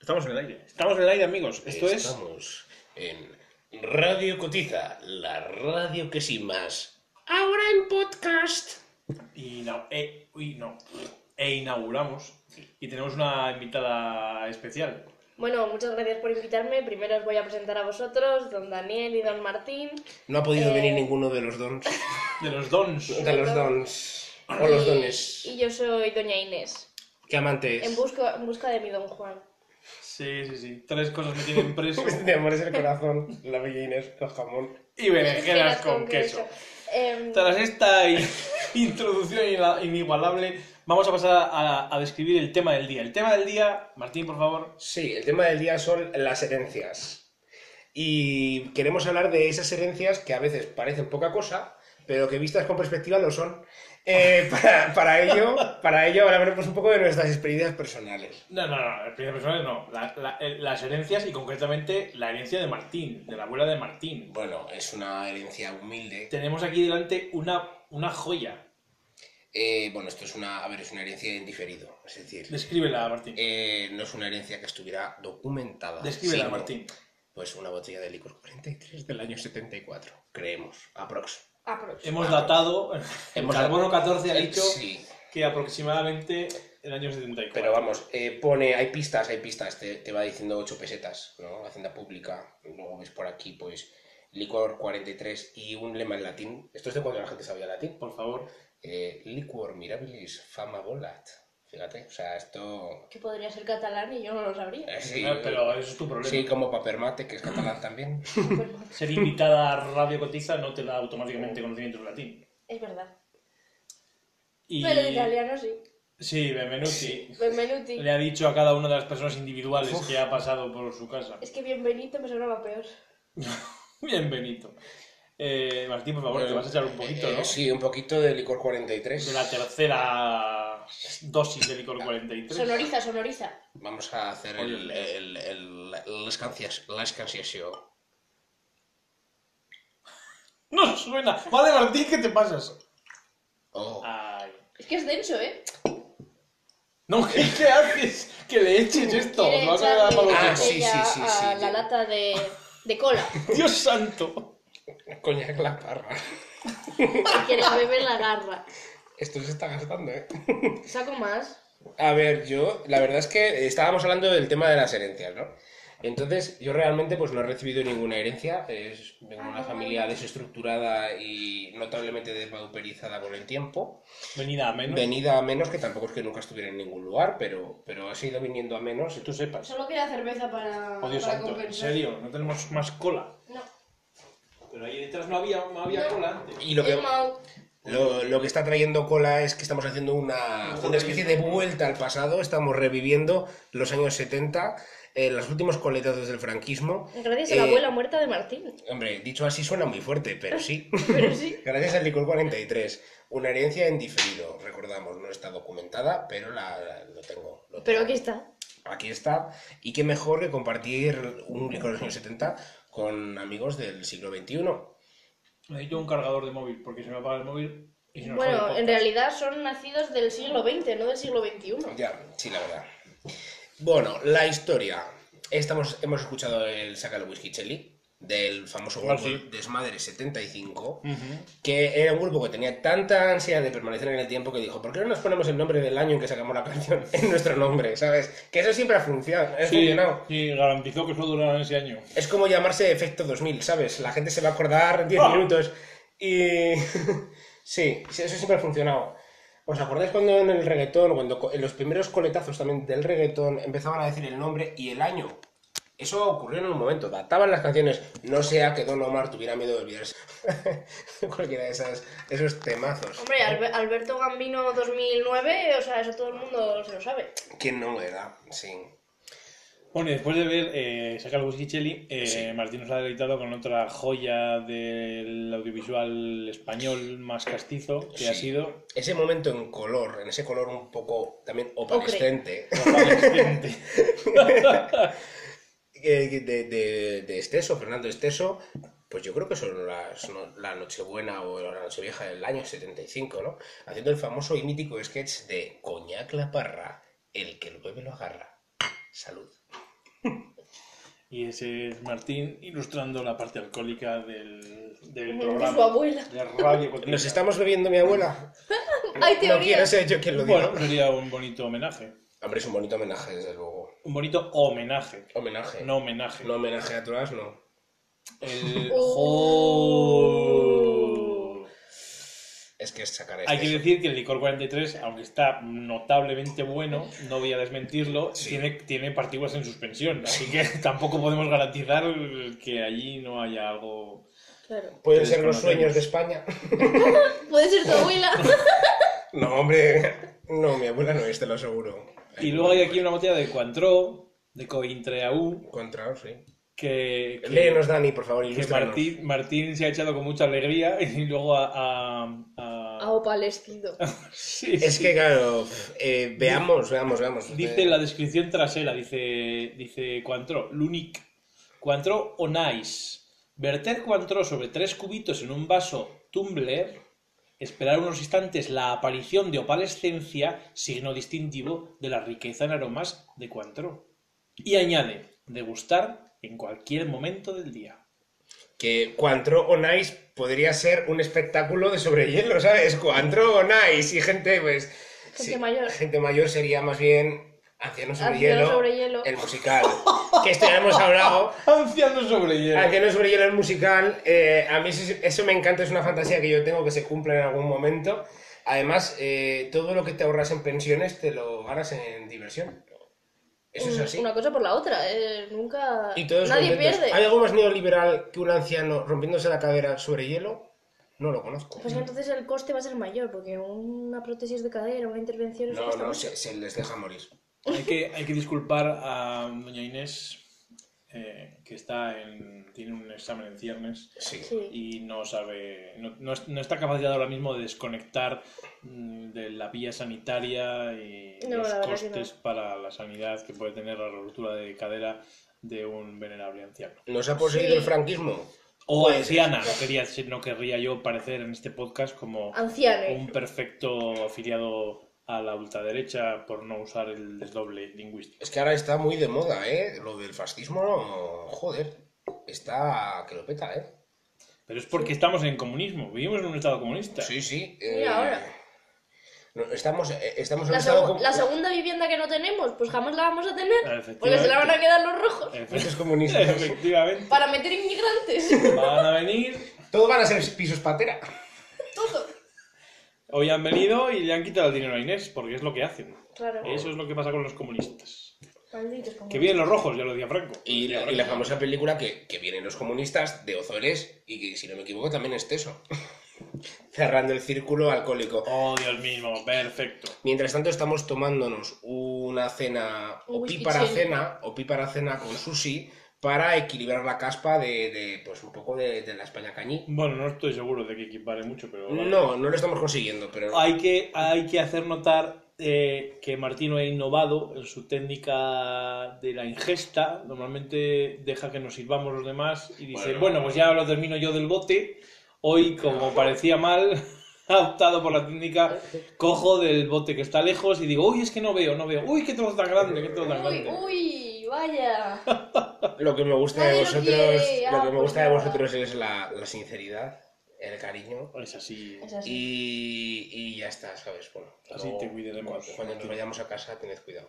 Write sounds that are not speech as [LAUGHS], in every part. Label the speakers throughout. Speaker 1: Estamos en el aire. Estamos en el aire, amigos. Esto es.
Speaker 2: Estamos en Radio Cotiza, la radio que sin más.
Speaker 3: Ahora en podcast.
Speaker 1: Y no, eh, uy, no. E inauguramos. Y tenemos una invitada especial.
Speaker 3: Bueno, muchas gracias por invitarme. Primero os voy a presentar a vosotros, don Daniel y don Martín.
Speaker 2: No ha podido
Speaker 3: Eh.
Speaker 2: venir ninguno de los
Speaker 3: [LAUGHS]
Speaker 2: dons.
Speaker 1: De los dons.
Speaker 2: De los dons. O los
Speaker 3: Y-
Speaker 2: dones.
Speaker 3: Y yo soy doña Inés,
Speaker 2: Qué amante
Speaker 3: en
Speaker 2: [LAUGHS] es.
Speaker 3: busca, en busca de mi don Juan.
Speaker 1: Sí, sí, sí. Tres cosas me tienen preso. [LAUGHS]
Speaker 2: De amor es el corazón, la bella Inés, el jamón.
Speaker 1: Y
Speaker 3: [LAUGHS]
Speaker 1: berenjenas con queso.
Speaker 3: Em,
Speaker 1: Tras esta in- [LAUGHS] introducción ina- inigualable, vamos a pasar a, a describir el tema del día. El tema del día, Martín, por favor.
Speaker 2: Sí, el tema del día son las herencias. Y queremos hablar de esas herencias que a veces parecen poca cosa, pero que vistas con perspectiva lo son. Eh, [LAUGHS] para, para ello, para ello hablaremos un poco de nuestras experiencias personales.
Speaker 1: No, no, no, experiencias personales no. La- la- eh, las herencias y concretamente la herencia de Martín, de la abuela de Martín.
Speaker 2: Bueno, es una herencia humilde.
Speaker 1: Tenemos aquí delante una, una joya.
Speaker 2: Eh, bueno, esto es una, a ver, es una herencia en diferido, es decir,
Speaker 1: Descríbela, Martín.
Speaker 2: eh, no es una herencia que estuviera documentada.
Speaker 1: Descríbela,
Speaker 2: sino,
Speaker 1: Martín.
Speaker 2: Pues una botella de licor 43 del año 74, creemos, aprox.
Speaker 3: aprox.
Speaker 1: Hemos datado, el
Speaker 2: Hemos
Speaker 1: carbono 14 ha
Speaker 2: Eh,
Speaker 1: dicho
Speaker 2: Sí,
Speaker 1: que aproximadamente el año 74.
Speaker 2: pero vamos, eh, pone, hay pistas, hay pistas, te, te va diciendo 8 pesetas, ¿no? Hacienda pública, luego ves por aquí, pues, licor 43 y un lema en latín. Esto es de cuando la gente sabía latín.
Speaker 1: Por favor.
Speaker 2: Eh, liquor mirabilis fama volat. Fíjate, o sea, esto...
Speaker 3: Que podría ser catalán y yo no lo sabría.
Speaker 1: [LAUGHS]
Speaker 2: eh, sí,
Speaker 1: Ah, pero eso es tu problema.
Speaker 2: Sí, como Papermate, que es catalán también.
Speaker 1: Ser invitada a Radio Cotiza no te da automáticamente conocimiento de latín.
Speaker 3: es verdad.
Speaker 1: Y...
Speaker 3: Pero en italiano sí.
Speaker 1: Sí, Benvenuti.
Speaker 3: Benvenuti.
Speaker 1: Le ha dicho a cada una de las personas individuales que ha pasado por su casa.
Speaker 3: Es que bienvenido me sonaba peor.
Speaker 1: Bienvenido. Eh, Martín, por favor, te vas a echar un poquito,
Speaker 2: Eh,
Speaker 1: ¿no?
Speaker 2: sí, un poquito de licor 43.
Speaker 1: De la tercera dosis de licor 43.
Speaker 3: Sonoriza, sonoriza.
Speaker 2: Vamos a hacer el, el, el, el- l'escancias- la escanciación.
Speaker 1: ¡No suena! Vale, Martín, ¿qué te pasas?
Speaker 2: Oh,
Speaker 1: Ay.
Speaker 3: Es que es denso, ¿eh?
Speaker 1: No, ¿qué, qué haces? Que le eches esto.
Speaker 3: Quiere
Speaker 1: Te vas a dar
Speaker 3: echarle
Speaker 1: para
Speaker 2: Ah,
Speaker 1: los ojos.
Speaker 2: sí, sí, sí,
Speaker 3: a
Speaker 2: sí,
Speaker 3: la
Speaker 2: sí.
Speaker 3: lata de,
Speaker 2: [LAUGHS]
Speaker 3: de cola.
Speaker 1: Dios santo.
Speaker 2: coñac la parra.
Speaker 3: Que quiere beber la garra.
Speaker 2: Esto se está gastando, ¿eh?
Speaker 3: Saco más.
Speaker 2: A ver, yo, la verdad es que estábamos hablando del tema de las herencias, ¿no? Entonces, yo realmente pues no he recibido ninguna herencia. Es, vengo de una familia desestructurada y notablemente despauperizada con el tiempo.
Speaker 1: Venida a menos.
Speaker 2: Venida a menos, que tampoco es que nunca estuviera en ningún lugar, pero, pero ha sido viniendo a menos.
Speaker 1: Que tú sepas.
Speaker 3: Solo queda cerveza para,
Speaker 1: Oh, Dios
Speaker 3: para
Speaker 1: santo. En
Speaker 3: compensar.
Speaker 1: serio, no tenemos más cola.
Speaker 3: No.
Speaker 1: Pero ahí detrás no había, no había cola antes.
Speaker 2: Y lo
Speaker 3: Es
Speaker 2: que,
Speaker 3: mau.
Speaker 2: Lo, lo que está trayendo cola es que estamos haciendo una, una especie de vuelta al pasado, estamos reviviendo los años 70, eh, los últimos coletazos del franquismo.
Speaker 3: Gracias a
Speaker 2: Eh,
Speaker 3: la abuela muerta de Martín. [LAUGHS]
Speaker 2: Hombre, dicho así suena muy fuerte, pero sí.
Speaker 3: Pero sí.
Speaker 2: Gracias al licor 43, una herencia en diferido, recordamos, no está documentada, pero la, la- lo tengo. lo
Speaker 3: Pero
Speaker 2: tengo.
Speaker 3: aquí está.
Speaker 2: Aquí está, y qué mejor que compartir un licor de los años 70 con amigos del siglo XXI.
Speaker 1: Necesito un cargador de móvil porque se me apaga el móvil y se me jode el
Speaker 3: Bueno,
Speaker 2: pues,
Speaker 1: podcast.
Speaker 3: en realidad son nacidos del siglo XX, no del siglo XXI.
Speaker 2: Ya, sí, la verdad. Bueno, la historia. Estamos, hemos escuchado el Saca el Whisky Chelly del famoso
Speaker 1: Ah,
Speaker 2: grupo
Speaker 1: sí. Mm.
Speaker 2: Desmadre 75,
Speaker 1: Ujú.
Speaker 2: que era un grupo que tenía tanta ansia de permanecer en el tiempo que dijo, ¿por qué no nos ponemos el nombre del año en que sacamos la canción en nuestro nombre? ¿Sabes? Que eso siempre ha funcionado. ha
Speaker 1: Sí,
Speaker 2: funcionado.
Speaker 1: sí, garantizó que eso durará ese año.
Speaker 2: Es como llamarse Efecto 2000, ¿sabes? La gente se va a acordar 10
Speaker 1: Ah.
Speaker 2: minutos y... [LAUGHS] sí, sí, eso siempre ha funcionado. ¿Os acordáis cuando en el reggaetón, cuando co- en los primeros coletazos también del reggaetón empezaban a decir el nombre y el año? Eso ocurrió en un momento, databan las canciones, no sea que Don Omar tuviera miedo de olvidarse [LAUGHS] cualquiera de esas, esos temazos.
Speaker 3: Hombre, Albe- Alberto Gambino 2009, o sea, eso todo el mundo se lo sabe.
Speaker 2: ¿Quién no era? Sí.
Speaker 1: Bueno, y después de ver eh, sacar el whisky Chelly, eh,
Speaker 2: Sí.
Speaker 1: Martín nos ha deleitado con otra joya del audiovisual español más castizo que ha
Speaker 2: Sí.
Speaker 1: sido.
Speaker 2: Ese momento en color, en ese color un poco también opalescente. Eh, de, de, de Esteso, Fernando Esteso, pues yo creo que son las, no- la Nochebuena o la Nochevieja del año 75, ¿no? Haciendo el famoso y mítico sketch de Coñac la parra, el que lo bebe lo agarra. Salud.
Speaker 1: [LAUGHS] Y ese es Martín ilustrando la parte alcohólica del, del
Speaker 3: De su
Speaker 1: programa.
Speaker 3: abuela.
Speaker 1: De radio continua.
Speaker 2: ¿Nos estamos bebiendo mi abuela?
Speaker 3: [LAUGHS] Hay
Speaker 2: No quiero
Speaker 3: teorías.
Speaker 2: ser yo quien lo diga.
Speaker 1: Bueno, sería un bonito homenaje.
Speaker 2: Hombre, es un bonito homenaje, desde luego.
Speaker 1: Un bonito homenaje.
Speaker 2: Homenaje.
Speaker 1: No homenaje.
Speaker 2: No homenaje a Troas, no.
Speaker 1: El...
Speaker 3: Uh.
Speaker 1: ¡Jo!
Speaker 2: Es que es sacar
Speaker 1: Hay que
Speaker 2: este.
Speaker 1: decir que el licor 43, aunque está notablemente bueno, no voy a desmentirlo,
Speaker 2: Sí.
Speaker 1: tiene, tiene partículas en suspensión. Así que [LAUGHS] tampoco podemos garantizar que allí no haya algo.
Speaker 3: Claro.
Speaker 2: Pueden ser
Speaker 1: desconocemos.
Speaker 2: los sueños de España. [LAUGHS]
Speaker 3: Puede ser tu abuela.
Speaker 2: No, hombre. No, mi abuela no es, te lo aseguro.
Speaker 1: Y luego hay aquí una botella de Cointreau, de Cointreau,
Speaker 2: Contra, sí.
Speaker 1: que, que-
Speaker 2: Léenos, Dani, por favor,
Speaker 1: que
Speaker 2: ilústranos.
Speaker 1: Martín, Martín se ha echado con mucha alegría [LAUGHS] y luego a... a- a-
Speaker 3: Ah, o palestino.
Speaker 1: Sí,
Speaker 2: Es
Speaker 1: sí.
Speaker 2: que, claro, eh, veamos, veamos, veamos.
Speaker 1: Dice la descripción trasera, dice, dice Cointreau, l'unique. Cointreau on ice. Verter Cointreau sobre tres cubitos en un vaso tumbler, esperar unos instantes la aparición de opalescencia, signo distintivo de la riqueza en aromas de Cointreau. Y añade, degustar en cualquier momento del día.
Speaker 2: Que Cuantro on Ice podría ser un espectáculo de sobre hielo, ¿sabes? Cuantro on Ice y gente, pues...
Speaker 3: Gente mayor.
Speaker 2: Gente mayor sería más bien Ancianos sobre,
Speaker 3: Ancianos
Speaker 2: hielo,
Speaker 3: sobre hielo.
Speaker 2: el musical. que esto ya hemos hablado.
Speaker 1: Anciano sobre
Speaker 2: Ancianos sobre hielo, el musical. eh, a mí eso, eso me encanta, es una fantasía que yo tengo que se cumpla en algún momento. Además, eh, todo lo que te ahorras en pensiones te lo ganas en diversión. Eso es
Speaker 3: Un-
Speaker 2: así.
Speaker 3: Una cosa por la otra. eh, nunca.
Speaker 2: Y todos
Speaker 3: Nadie
Speaker 2: contentos.
Speaker 3: pierde.
Speaker 2: ¿Hay algo más neoliberal que un anciano rompiéndose la cadera sobre hielo? No lo conozco.
Speaker 3: Pues que entonces el coste va a ser mayor, porque una prótesis de cadera, una intervención eso
Speaker 2: No,
Speaker 3: cuesta
Speaker 2: no,
Speaker 3: mucho.
Speaker 2: se, se les deja morir.
Speaker 1: Hay que, hay que disculpar a doña Inés, eh, que está en, tiene un examen en ciernes.
Speaker 2: Sí.
Speaker 3: Sí.
Speaker 1: y no sabe, no, no es- no está capacitada ahora mismo de desconectar mm, de la vía sanitaria y
Speaker 3: No,
Speaker 1: los
Speaker 3: la verdad que
Speaker 1: costes para la sanidad que puede tener la ruptura de cadera de un venerable anciano.
Speaker 2: ¿Nos ha poseído
Speaker 3: Sí.
Speaker 2: el franquismo?
Speaker 1: O
Speaker 2: Puede
Speaker 1: anciana, no quería, ser- no querría yo parecer en este podcast como
Speaker 3: Ah, Anciane.
Speaker 1: un perfecto afiliado a la ultraderecha por no usar el desdoble lingüístico.
Speaker 2: Es que ahora está muy de moda, ¿eh? Lo del fascismo, joder. Está que lo peta, ¿eh?
Speaker 1: Pero es porque estamos en comunismo, vivimos en un estado comunista.
Speaker 2: Sí, sí.
Speaker 3: Mira
Speaker 2: eh,
Speaker 3: ahora.
Speaker 2: no, estamos, eh, estamos en un
Speaker 3: La,
Speaker 2: estado
Speaker 3: segu-
Speaker 2: como-
Speaker 3: la segunda vivienda que no tenemos, pues jamás la vamos a
Speaker 1: Ah,
Speaker 3: tener,
Speaker 1: efectivamente.
Speaker 3: porque se la van a quedar los rojos
Speaker 1: Efe- [LAUGHS]
Speaker 2: Estos [LAUGHS] comunistas.
Speaker 1: Efectivamente.
Speaker 3: para meter inmigrantes.
Speaker 1: Van a venir
Speaker 2: Todos van a ser pisos patera.
Speaker 3: Todo.
Speaker 1: Hoy han venido y le han quitado el dinero a Inés, porque es lo que hacen.
Speaker 3: Claro.
Speaker 1: Eso es lo que pasa con los comunistas.
Speaker 3: Malditos como-
Speaker 1: Que vienen los rojos, ya lo decía Franco.
Speaker 2: Y la, y la famosa película que, que vienen los comunistas de Ozores y que, si no me equivoco, también es Teso. [LAUGHS] Cerrando el círculo alcohólico.
Speaker 1: Oh, Dios mismo, perfecto.
Speaker 2: Mientras tanto, estamos tomándonos una cena
Speaker 3: Un
Speaker 2: o
Speaker 3: whisky
Speaker 2: pípara
Speaker 3: chino.
Speaker 2: cena o pípara cena con sushi para equilibrar la caspa de, de, pues un poco de, de la España cañí.
Speaker 1: Bueno, no estoy seguro de que equipare mucho, pero... vale.
Speaker 2: No, no lo estamos consiguiendo, pero
Speaker 1: Hay que, hay que hacer notar eh, que Martino ha innovado en su técnica de la ingesta. Normalmente deja que nos sirvamos los demás y dice,
Speaker 2: Bueno.
Speaker 1: bueno, pues ya lo termino yo del bote. Hoy, como parecía mal, [LAUGHS] ha optado por la técnica, cojo del bote que está lejos y digo, uy, es que no veo, no veo. Uy, qué trozo tan grande, qué trozo tan
Speaker 3: Uy,
Speaker 1: grande.
Speaker 3: uy, vaya.
Speaker 2: lo que me gusta de
Speaker 3: Nadie lo
Speaker 2: vosotros,
Speaker 3: quiere,
Speaker 2: lo
Speaker 3: ah,
Speaker 2: que me
Speaker 3: pues
Speaker 2: gusta de
Speaker 3: nada.
Speaker 2: vosotros es la, la sinceridad, el cariño
Speaker 1: Es así.
Speaker 3: Es así.
Speaker 2: y, y ya está, ¿sabes? Bueno,
Speaker 1: Así te cuidaremos.
Speaker 2: cu- Cuando nos vayamos a casa, tened cuidado.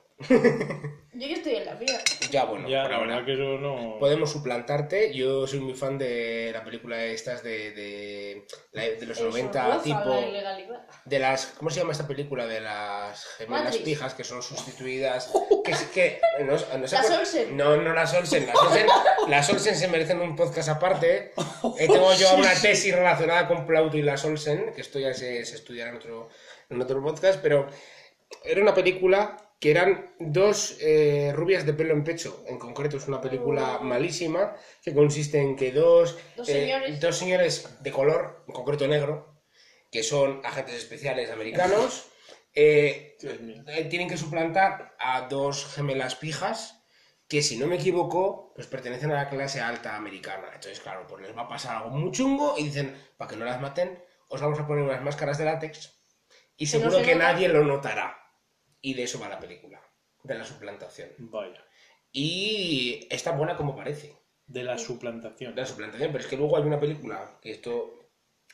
Speaker 3: Yo ya estoy en la mía.
Speaker 2: Ya, bueno,
Speaker 1: ya,
Speaker 2: por
Speaker 1: la
Speaker 2: ahora.
Speaker 1: verdad que eso no.
Speaker 2: Podemos suplantarte. Yo soy muy fan de la película estas de, de, la- de los
Speaker 3: Eso,
Speaker 2: 90,
Speaker 3: roza
Speaker 2: tipo.
Speaker 3: La ilegalidad.
Speaker 2: De las. ¿Cómo se llama esta película? De las gemelas
Speaker 3: Matrix.
Speaker 2: pijas que son
Speaker 3: [LAUGHS]
Speaker 2: sustituidas. Que es que. No, no se
Speaker 3: Las
Speaker 2: acuer-
Speaker 3: Olsen.
Speaker 2: No, no las Olsen. Las
Speaker 3: [LAUGHS]
Speaker 2: Olsen, las Olsen se merecen un podcast aparte. Eh, tengo yo una tesis relacionada con Plauto y las Olsen, que esto ya se, se estudiará en otro, en otro podcast, pero era una película que eran dos eh, rubias de pelo en pecho. En concreto, es una
Speaker 3: Oh.
Speaker 2: película malísima que consiste en que dos,
Speaker 3: Dos
Speaker 2: eh,
Speaker 3: señores.
Speaker 2: dos señores de color, en concreto negro, que son agentes especiales americanos, eh,
Speaker 1: Dios mío.
Speaker 2: eh, tienen que suplantar a dos gemelas pijas que, si no me equivoco, pues pertenecen a la clase alta americana. Entonces, claro, pues les va a pasar algo muy chungo y dicen, para que no las maten, os vamos a poner unas máscaras de látex y
Speaker 3: Que no
Speaker 2: seguro
Speaker 3: se
Speaker 2: que
Speaker 3: note.
Speaker 2: nadie lo notará. Y de eso va la película, de la suplantación.
Speaker 1: Vaya.
Speaker 2: Y es tan buena como parece.
Speaker 1: de la suplantación.
Speaker 2: La suplantación, pero es que luego hay una película, que esto,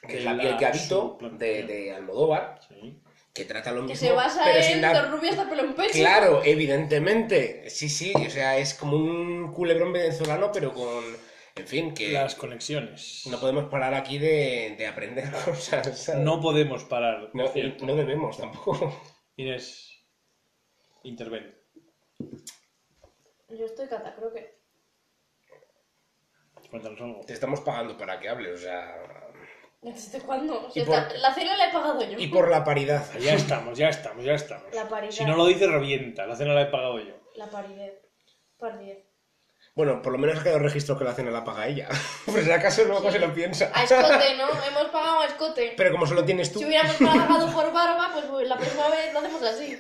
Speaker 2: que
Speaker 1: De
Speaker 2: es La
Speaker 1: la
Speaker 2: piel que habito, de,
Speaker 1: suplantación.
Speaker 2: de Almodóvar,
Speaker 1: Sí.
Speaker 2: que trata lo
Speaker 3: Que
Speaker 2: mismo,
Speaker 3: se basa
Speaker 2: pero sin
Speaker 3: en
Speaker 2: dar-
Speaker 3: dos rubias de pelo en pecho.
Speaker 2: Claro, evidentemente. Sí, sí, o sea, es como un culebrón venezolano, pero con... En fin, que
Speaker 1: Las conexiones.
Speaker 2: no podemos parar aquí de, de aprender [LAUGHS] cosas. ¿sabes?
Speaker 1: No podemos parar.
Speaker 2: No-
Speaker 1: es cierto.
Speaker 2: no debemos tampoco. [LAUGHS]
Speaker 1: Inés, interven.
Speaker 3: Yo estoy cata, creo que.
Speaker 1: Cuéntanos algo.
Speaker 2: Te estamos pagando para que hables, o sea...
Speaker 3: ¿Desde cuándo? Si
Speaker 2: Y por-
Speaker 3: esta- La cena la he pagado yo.
Speaker 2: Y por la paridad.
Speaker 1: Ya estamos, ya estamos, ya estamos.
Speaker 3: La paridad.
Speaker 1: Si no lo dices, revienta. La cena la he pagado yo.
Speaker 3: La paridad. Paridad.
Speaker 2: Bueno, por lo menos ha quedado registro que la cena la paga ella. [LAUGHS] Por si acaso luego
Speaker 3: Sí.
Speaker 2: se lo piensa.
Speaker 3: A escote, ¿no? [LAUGHS] Hemos pagado a escote.
Speaker 2: [LAUGHS] Pero como solo tienes tú...
Speaker 3: Si hubiéramos pagado por barba, pues, pues, la próxima vez lo hacemos así.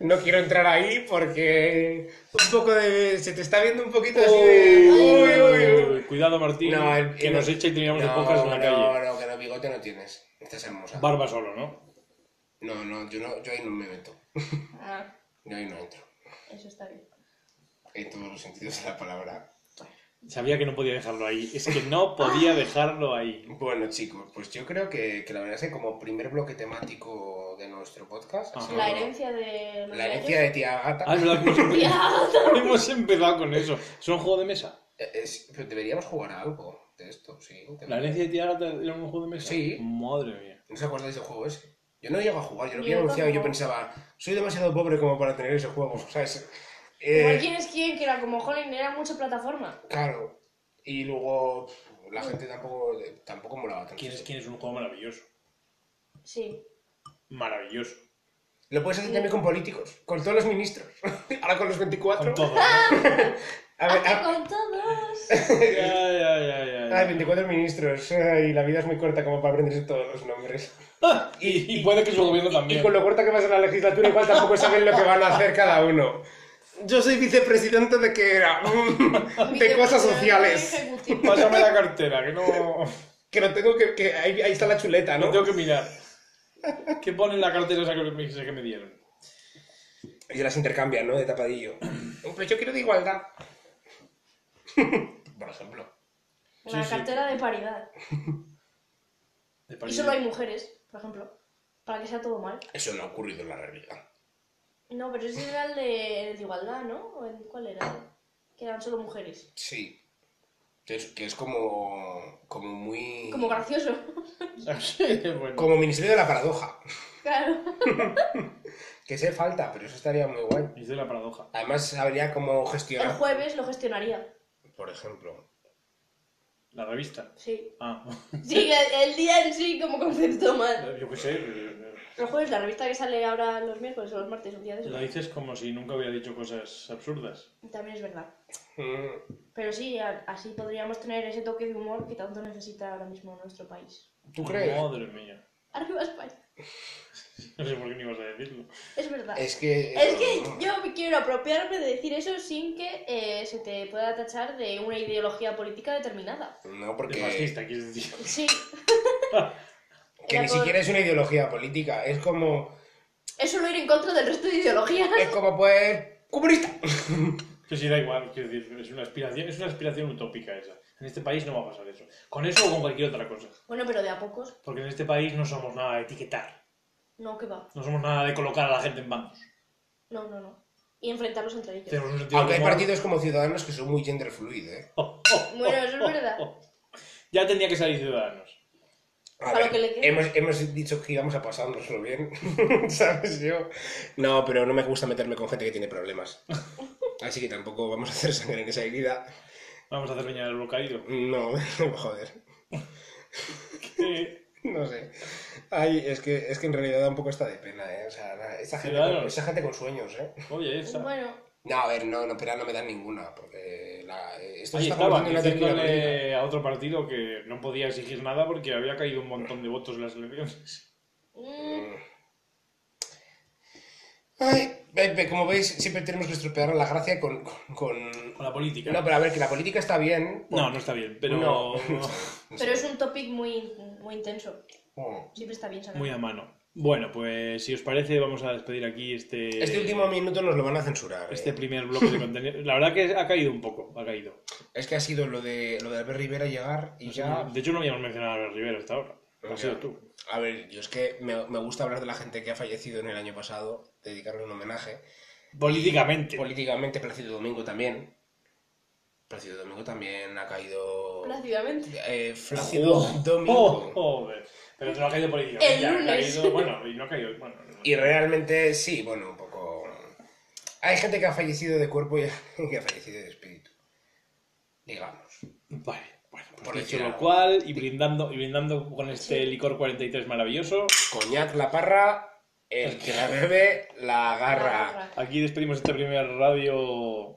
Speaker 2: No quiero entrar ahí porque... Un poco de... Se te está viendo un poquito así de... Uy, uy, uy.
Speaker 1: Uy, Cuidado, Martín,
Speaker 2: el-
Speaker 1: que
Speaker 2: el-
Speaker 1: nos echa y terminamos
Speaker 2: no,
Speaker 1: de pocas en la calle.
Speaker 2: No, no, que no, bigote no tienes. Estás hermosa.
Speaker 1: Barba solo, ¿no?
Speaker 2: No, no yo, no, yo ahí no me meto.
Speaker 3: Ah,
Speaker 2: Yo ahí no entro.
Speaker 3: eso está bien.
Speaker 2: En todos los sentidos de la palabra.
Speaker 1: Sabía que no podía dejarlo ahí. Es que no podía dejarlo ahí.
Speaker 2: Bueno, chicos, pues yo creo que, que la verdad es que como primer bloque temático de nuestro podcast... ha
Speaker 1: Ajá.
Speaker 2: sido
Speaker 3: La herencia de. los
Speaker 2: la herencia de tía Gata.
Speaker 1: Ah, es verdad que hemos empe-
Speaker 2: [LAUGHS]
Speaker 3: [LAUGHS] Ya.
Speaker 1: [LAUGHS] hemos empezado con eso. ¿Son juego de mesa?
Speaker 2: Eh, es- pero deberíamos jugar a algo de esto, sí.
Speaker 1: ¿La herencia de tía Gata era un juego de mesa?
Speaker 2: Sí.
Speaker 1: Madre mía.
Speaker 2: ¿No os acordáis del juego ese? Yo no llego a jugar, yo lo
Speaker 3: Yo
Speaker 2: vi anunciado y yo
Speaker 3: tampoco.
Speaker 2: pensaba, soy demasiado pobre como para tener ese juego, [LAUGHS] ¿sabes?
Speaker 3: Como
Speaker 2: Eh,
Speaker 3: quién es quién, que era como Holling, era mucha plataforma.
Speaker 2: Claro. Y luego pf, la gente tampoco, eh, tampoco molaba tanto.
Speaker 1: ¿Quién es quién? Es un juego maravilloso.
Speaker 3: Sí.
Speaker 1: Maravilloso.
Speaker 2: [LAUGHS] Lo puedes hacer también con políticos, con todos los ministros. [LAUGHS] Ahora con los 24.
Speaker 1: Con todo.
Speaker 2: A ver, ah,
Speaker 3: Hasta
Speaker 2: a-
Speaker 3: con
Speaker 2: [LAUGHS]
Speaker 3: todos.
Speaker 1: Ya, ya, ya, ya, ya.
Speaker 2: ah, 24 ministros. eh, Y la vida es muy corta como para aprenderse todos los nombres.
Speaker 1: Y, y puede que su gobierno también.
Speaker 2: Y con lo corta que va a ser la legislatura, igual tampoco saben lo que van a hacer cada uno. Yo soy vicepresidente de qué era. [LAUGHS] de cosas [LAUGHS] sociales.
Speaker 3: Ejecutivo.
Speaker 1: Pásame la cartera, que no.
Speaker 2: Que no tengo que. que ahí, ahí está la chuleta,
Speaker 1: No
Speaker 2: ¿no?
Speaker 1: tengo que mirar. ¿Qué pone en la cartera esa que me, esa que me dieron?
Speaker 2: Y las intercambian, ¿no? De [CLEARS THROAT] tapadillo. Pues yo quiero de igualdad. [LAUGHS] Por ejemplo.
Speaker 3: Una
Speaker 1: Sí, sí.
Speaker 3: cartera de paridad.
Speaker 1: De
Speaker 3: Y
Speaker 1: París.
Speaker 3: solo hay mujeres, por ejemplo. Para que sea todo mal.
Speaker 2: Eso no ha ocurrido en la realidad.
Speaker 3: No, pero ese era el de, el de igualdad, ¿no? ¿O el- ¿Cuál era? Que eran solo mujeres.
Speaker 2: Sí. Que es, que es como. como muy.
Speaker 3: Como gracioso. [LAUGHS]
Speaker 1: [LAUGHS] Sí, bueno.
Speaker 2: como Ministerio de la Paradoja.
Speaker 3: claro.
Speaker 2: Que se falta, pero eso estaría muy guay.
Speaker 1: Hice la paradoja.
Speaker 2: Además, sabría cómo
Speaker 3: El
Speaker 2: gestionar.
Speaker 3: jueves lo gestionaría.
Speaker 2: Por ejemplo.
Speaker 1: La revista.
Speaker 3: Sí.
Speaker 1: Ah, [LAUGHS]
Speaker 3: Sí, el, el día en sí como concepto mal.
Speaker 1: yo qué sé.
Speaker 3: El jueves, la revista que sale ahora los miércoles o los martes, un día de
Speaker 1: Lo
Speaker 3: eso.
Speaker 1: dices como si nunca hubiera dicho cosas absurdas.
Speaker 3: También es verdad.
Speaker 2: Mm,
Speaker 3: Pero sí, a- así podríamos tener ese toque de humor que tanto necesita ahora mismo nuestro país.
Speaker 2: ¿Tú crees?
Speaker 1: Madre mía.
Speaker 3: [LAUGHS] Arriba España.
Speaker 1: No sé por qué ni ibas a decirlo.
Speaker 3: Es verdad.
Speaker 2: Es que.
Speaker 3: Es que yo me quiero apropiarme de decir eso sin que eh, se te pueda tachar de una ideología política determinada.
Speaker 2: No,
Speaker 1: De
Speaker 2: porque.
Speaker 1: fascista, quieres decir.
Speaker 3: Sí,
Speaker 2: Que
Speaker 3: Era
Speaker 2: ni
Speaker 3: por-
Speaker 2: siquiera es una ideología política. Es como.
Speaker 3: es solo ir en contra del resto de ideologías. [LAUGHS]
Speaker 2: Es como, pues. ¡Comunista!
Speaker 1: Que sí, da igual. Quiero decir, es una aspiración, es una aspiración utópica esa. En este país no va a pasar eso. Con eso o con cualquier otra cosa.
Speaker 3: Bueno, pero de a pocos,
Speaker 1: Porque en este país no somos nada de etiquetar.
Speaker 3: no, que va.
Speaker 1: No somos nada de colocar a la gente en bancos.
Speaker 3: No, no, no. Y enfrentarlos entre ellos.
Speaker 1: Tenemos un sentido
Speaker 2: Aunque hay
Speaker 1: del humor.
Speaker 2: partidos como Ciudadanos que son muy gender fluid, ¿eh?
Speaker 1: Oh, oh,
Speaker 3: Bueno, eso es
Speaker 1: oh,
Speaker 3: verdad.
Speaker 1: oh. Ya tenía que salir Ciudadanos.
Speaker 2: A
Speaker 3: A lo que le quede.
Speaker 2: hemos, hemos dicho que íbamos a pasárnoslo bien, [LAUGHS] ¿sabes yo? No, pero no me gusta meterme con gente que tiene problemas. Así que tampoco vamos a hacer sangre en esa herida.
Speaker 1: Vamos a hacer peña del caído. pues,
Speaker 2: No, [LAUGHS] joder.
Speaker 1: Eh,
Speaker 2: No sé. Ay, es que, es que en realidad da un poco está de pena, ¿eh? O sea, la- esa gente,
Speaker 1: Ciudadanos.
Speaker 2: con, esa gente con sueños, ¿eh?
Speaker 1: Oye, [LAUGHS] esa.
Speaker 3: Bueno,
Speaker 2: No, a ver, no, no, pena no me dan ninguna, porque la, eh, esto se
Speaker 1: Ahí
Speaker 2: está
Speaker 1: estaba,
Speaker 2: convirtiendo en una tertulia política.
Speaker 1: diciéndole a otro partido que no podía exigir nada porque había caído un montón de votos en las elecciones.
Speaker 3: mm,
Speaker 2: Ay, ve- ve, como veis, siempre tenemos que estropear la gracia con- con- [LAUGHS] con,
Speaker 1: Con la política.
Speaker 2: No, pero a ver, que la política está bien.
Speaker 1: No, no está bien, pero
Speaker 2: No.
Speaker 1: no.
Speaker 3: pero es un topic muy, muy intenso.
Speaker 2: Oh.
Speaker 3: Siempre está bien
Speaker 1: [LAUGHS]
Speaker 3: saber.
Speaker 1: muy a mano. Bueno, pues si os parece, vamos a despedir aquí este.
Speaker 2: Este último minuto nos lo van a censurar. ¿eh?
Speaker 1: Este primer bloque de contenido. La verdad que ha caído un poco, ha caído.
Speaker 2: Es que ha sido lo de, lo de Albert Rivera llegar y ya...
Speaker 1: De hecho, Pues no habíamos mencionado a Albert Rivera hasta ahora. Lo has
Speaker 2: Ya.
Speaker 1: sido tú.
Speaker 2: A ver, yo es que me, me gusta hablar de la gente que ha fallecido en el año pasado, dedicarle un homenaje.
Speaker 1: Políticamente.
Speaker 2: Políticamente, Plácido Domingo también. Plácido Domingo también ha caído...
Speaker 3: Plácidamente.
Speaker 2: Eh, Flácido Domingo.
Speaker 1: Oh, joder. Pero no ha caído políticamente.
Speaker 3: El
Speaker 1: ya, ha
Speaker 3: lunes.
Speaker 1: caído- bueno, y no ha caído. Bueno, no.
Speaker 2: Y realmente, sí, bueno, un poco... Hay gente que ha fallecido de cuerpo y [LAUGHS] y que ha fallecido de espíritu. Digamos.
Speaker 1: Vale, bueno, pues
Speaker 2: Por
Speaker 1: dicho
Speaker 2: decir
Speaker 1: lo
Speaker 2: algo.
Speaker 1: cual, y brindando, y brindando con este licor 43 maravilloso,
Speaker 2: Coñac la parra, el que la bebe la agarra.
Speaker 1: aquí despedimos este primer radio.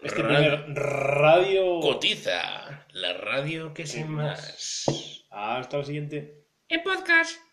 Speaker 1: Este
Speaker 2: Radio.
Speaker 1: primer radio.
Speaker 2: Cotiza, la radio que
Speaker 1: Sin
Speaker 2: sin más.
Speaker 1: Ah, Hasta la siguiente.
Speaker 4: En podcast.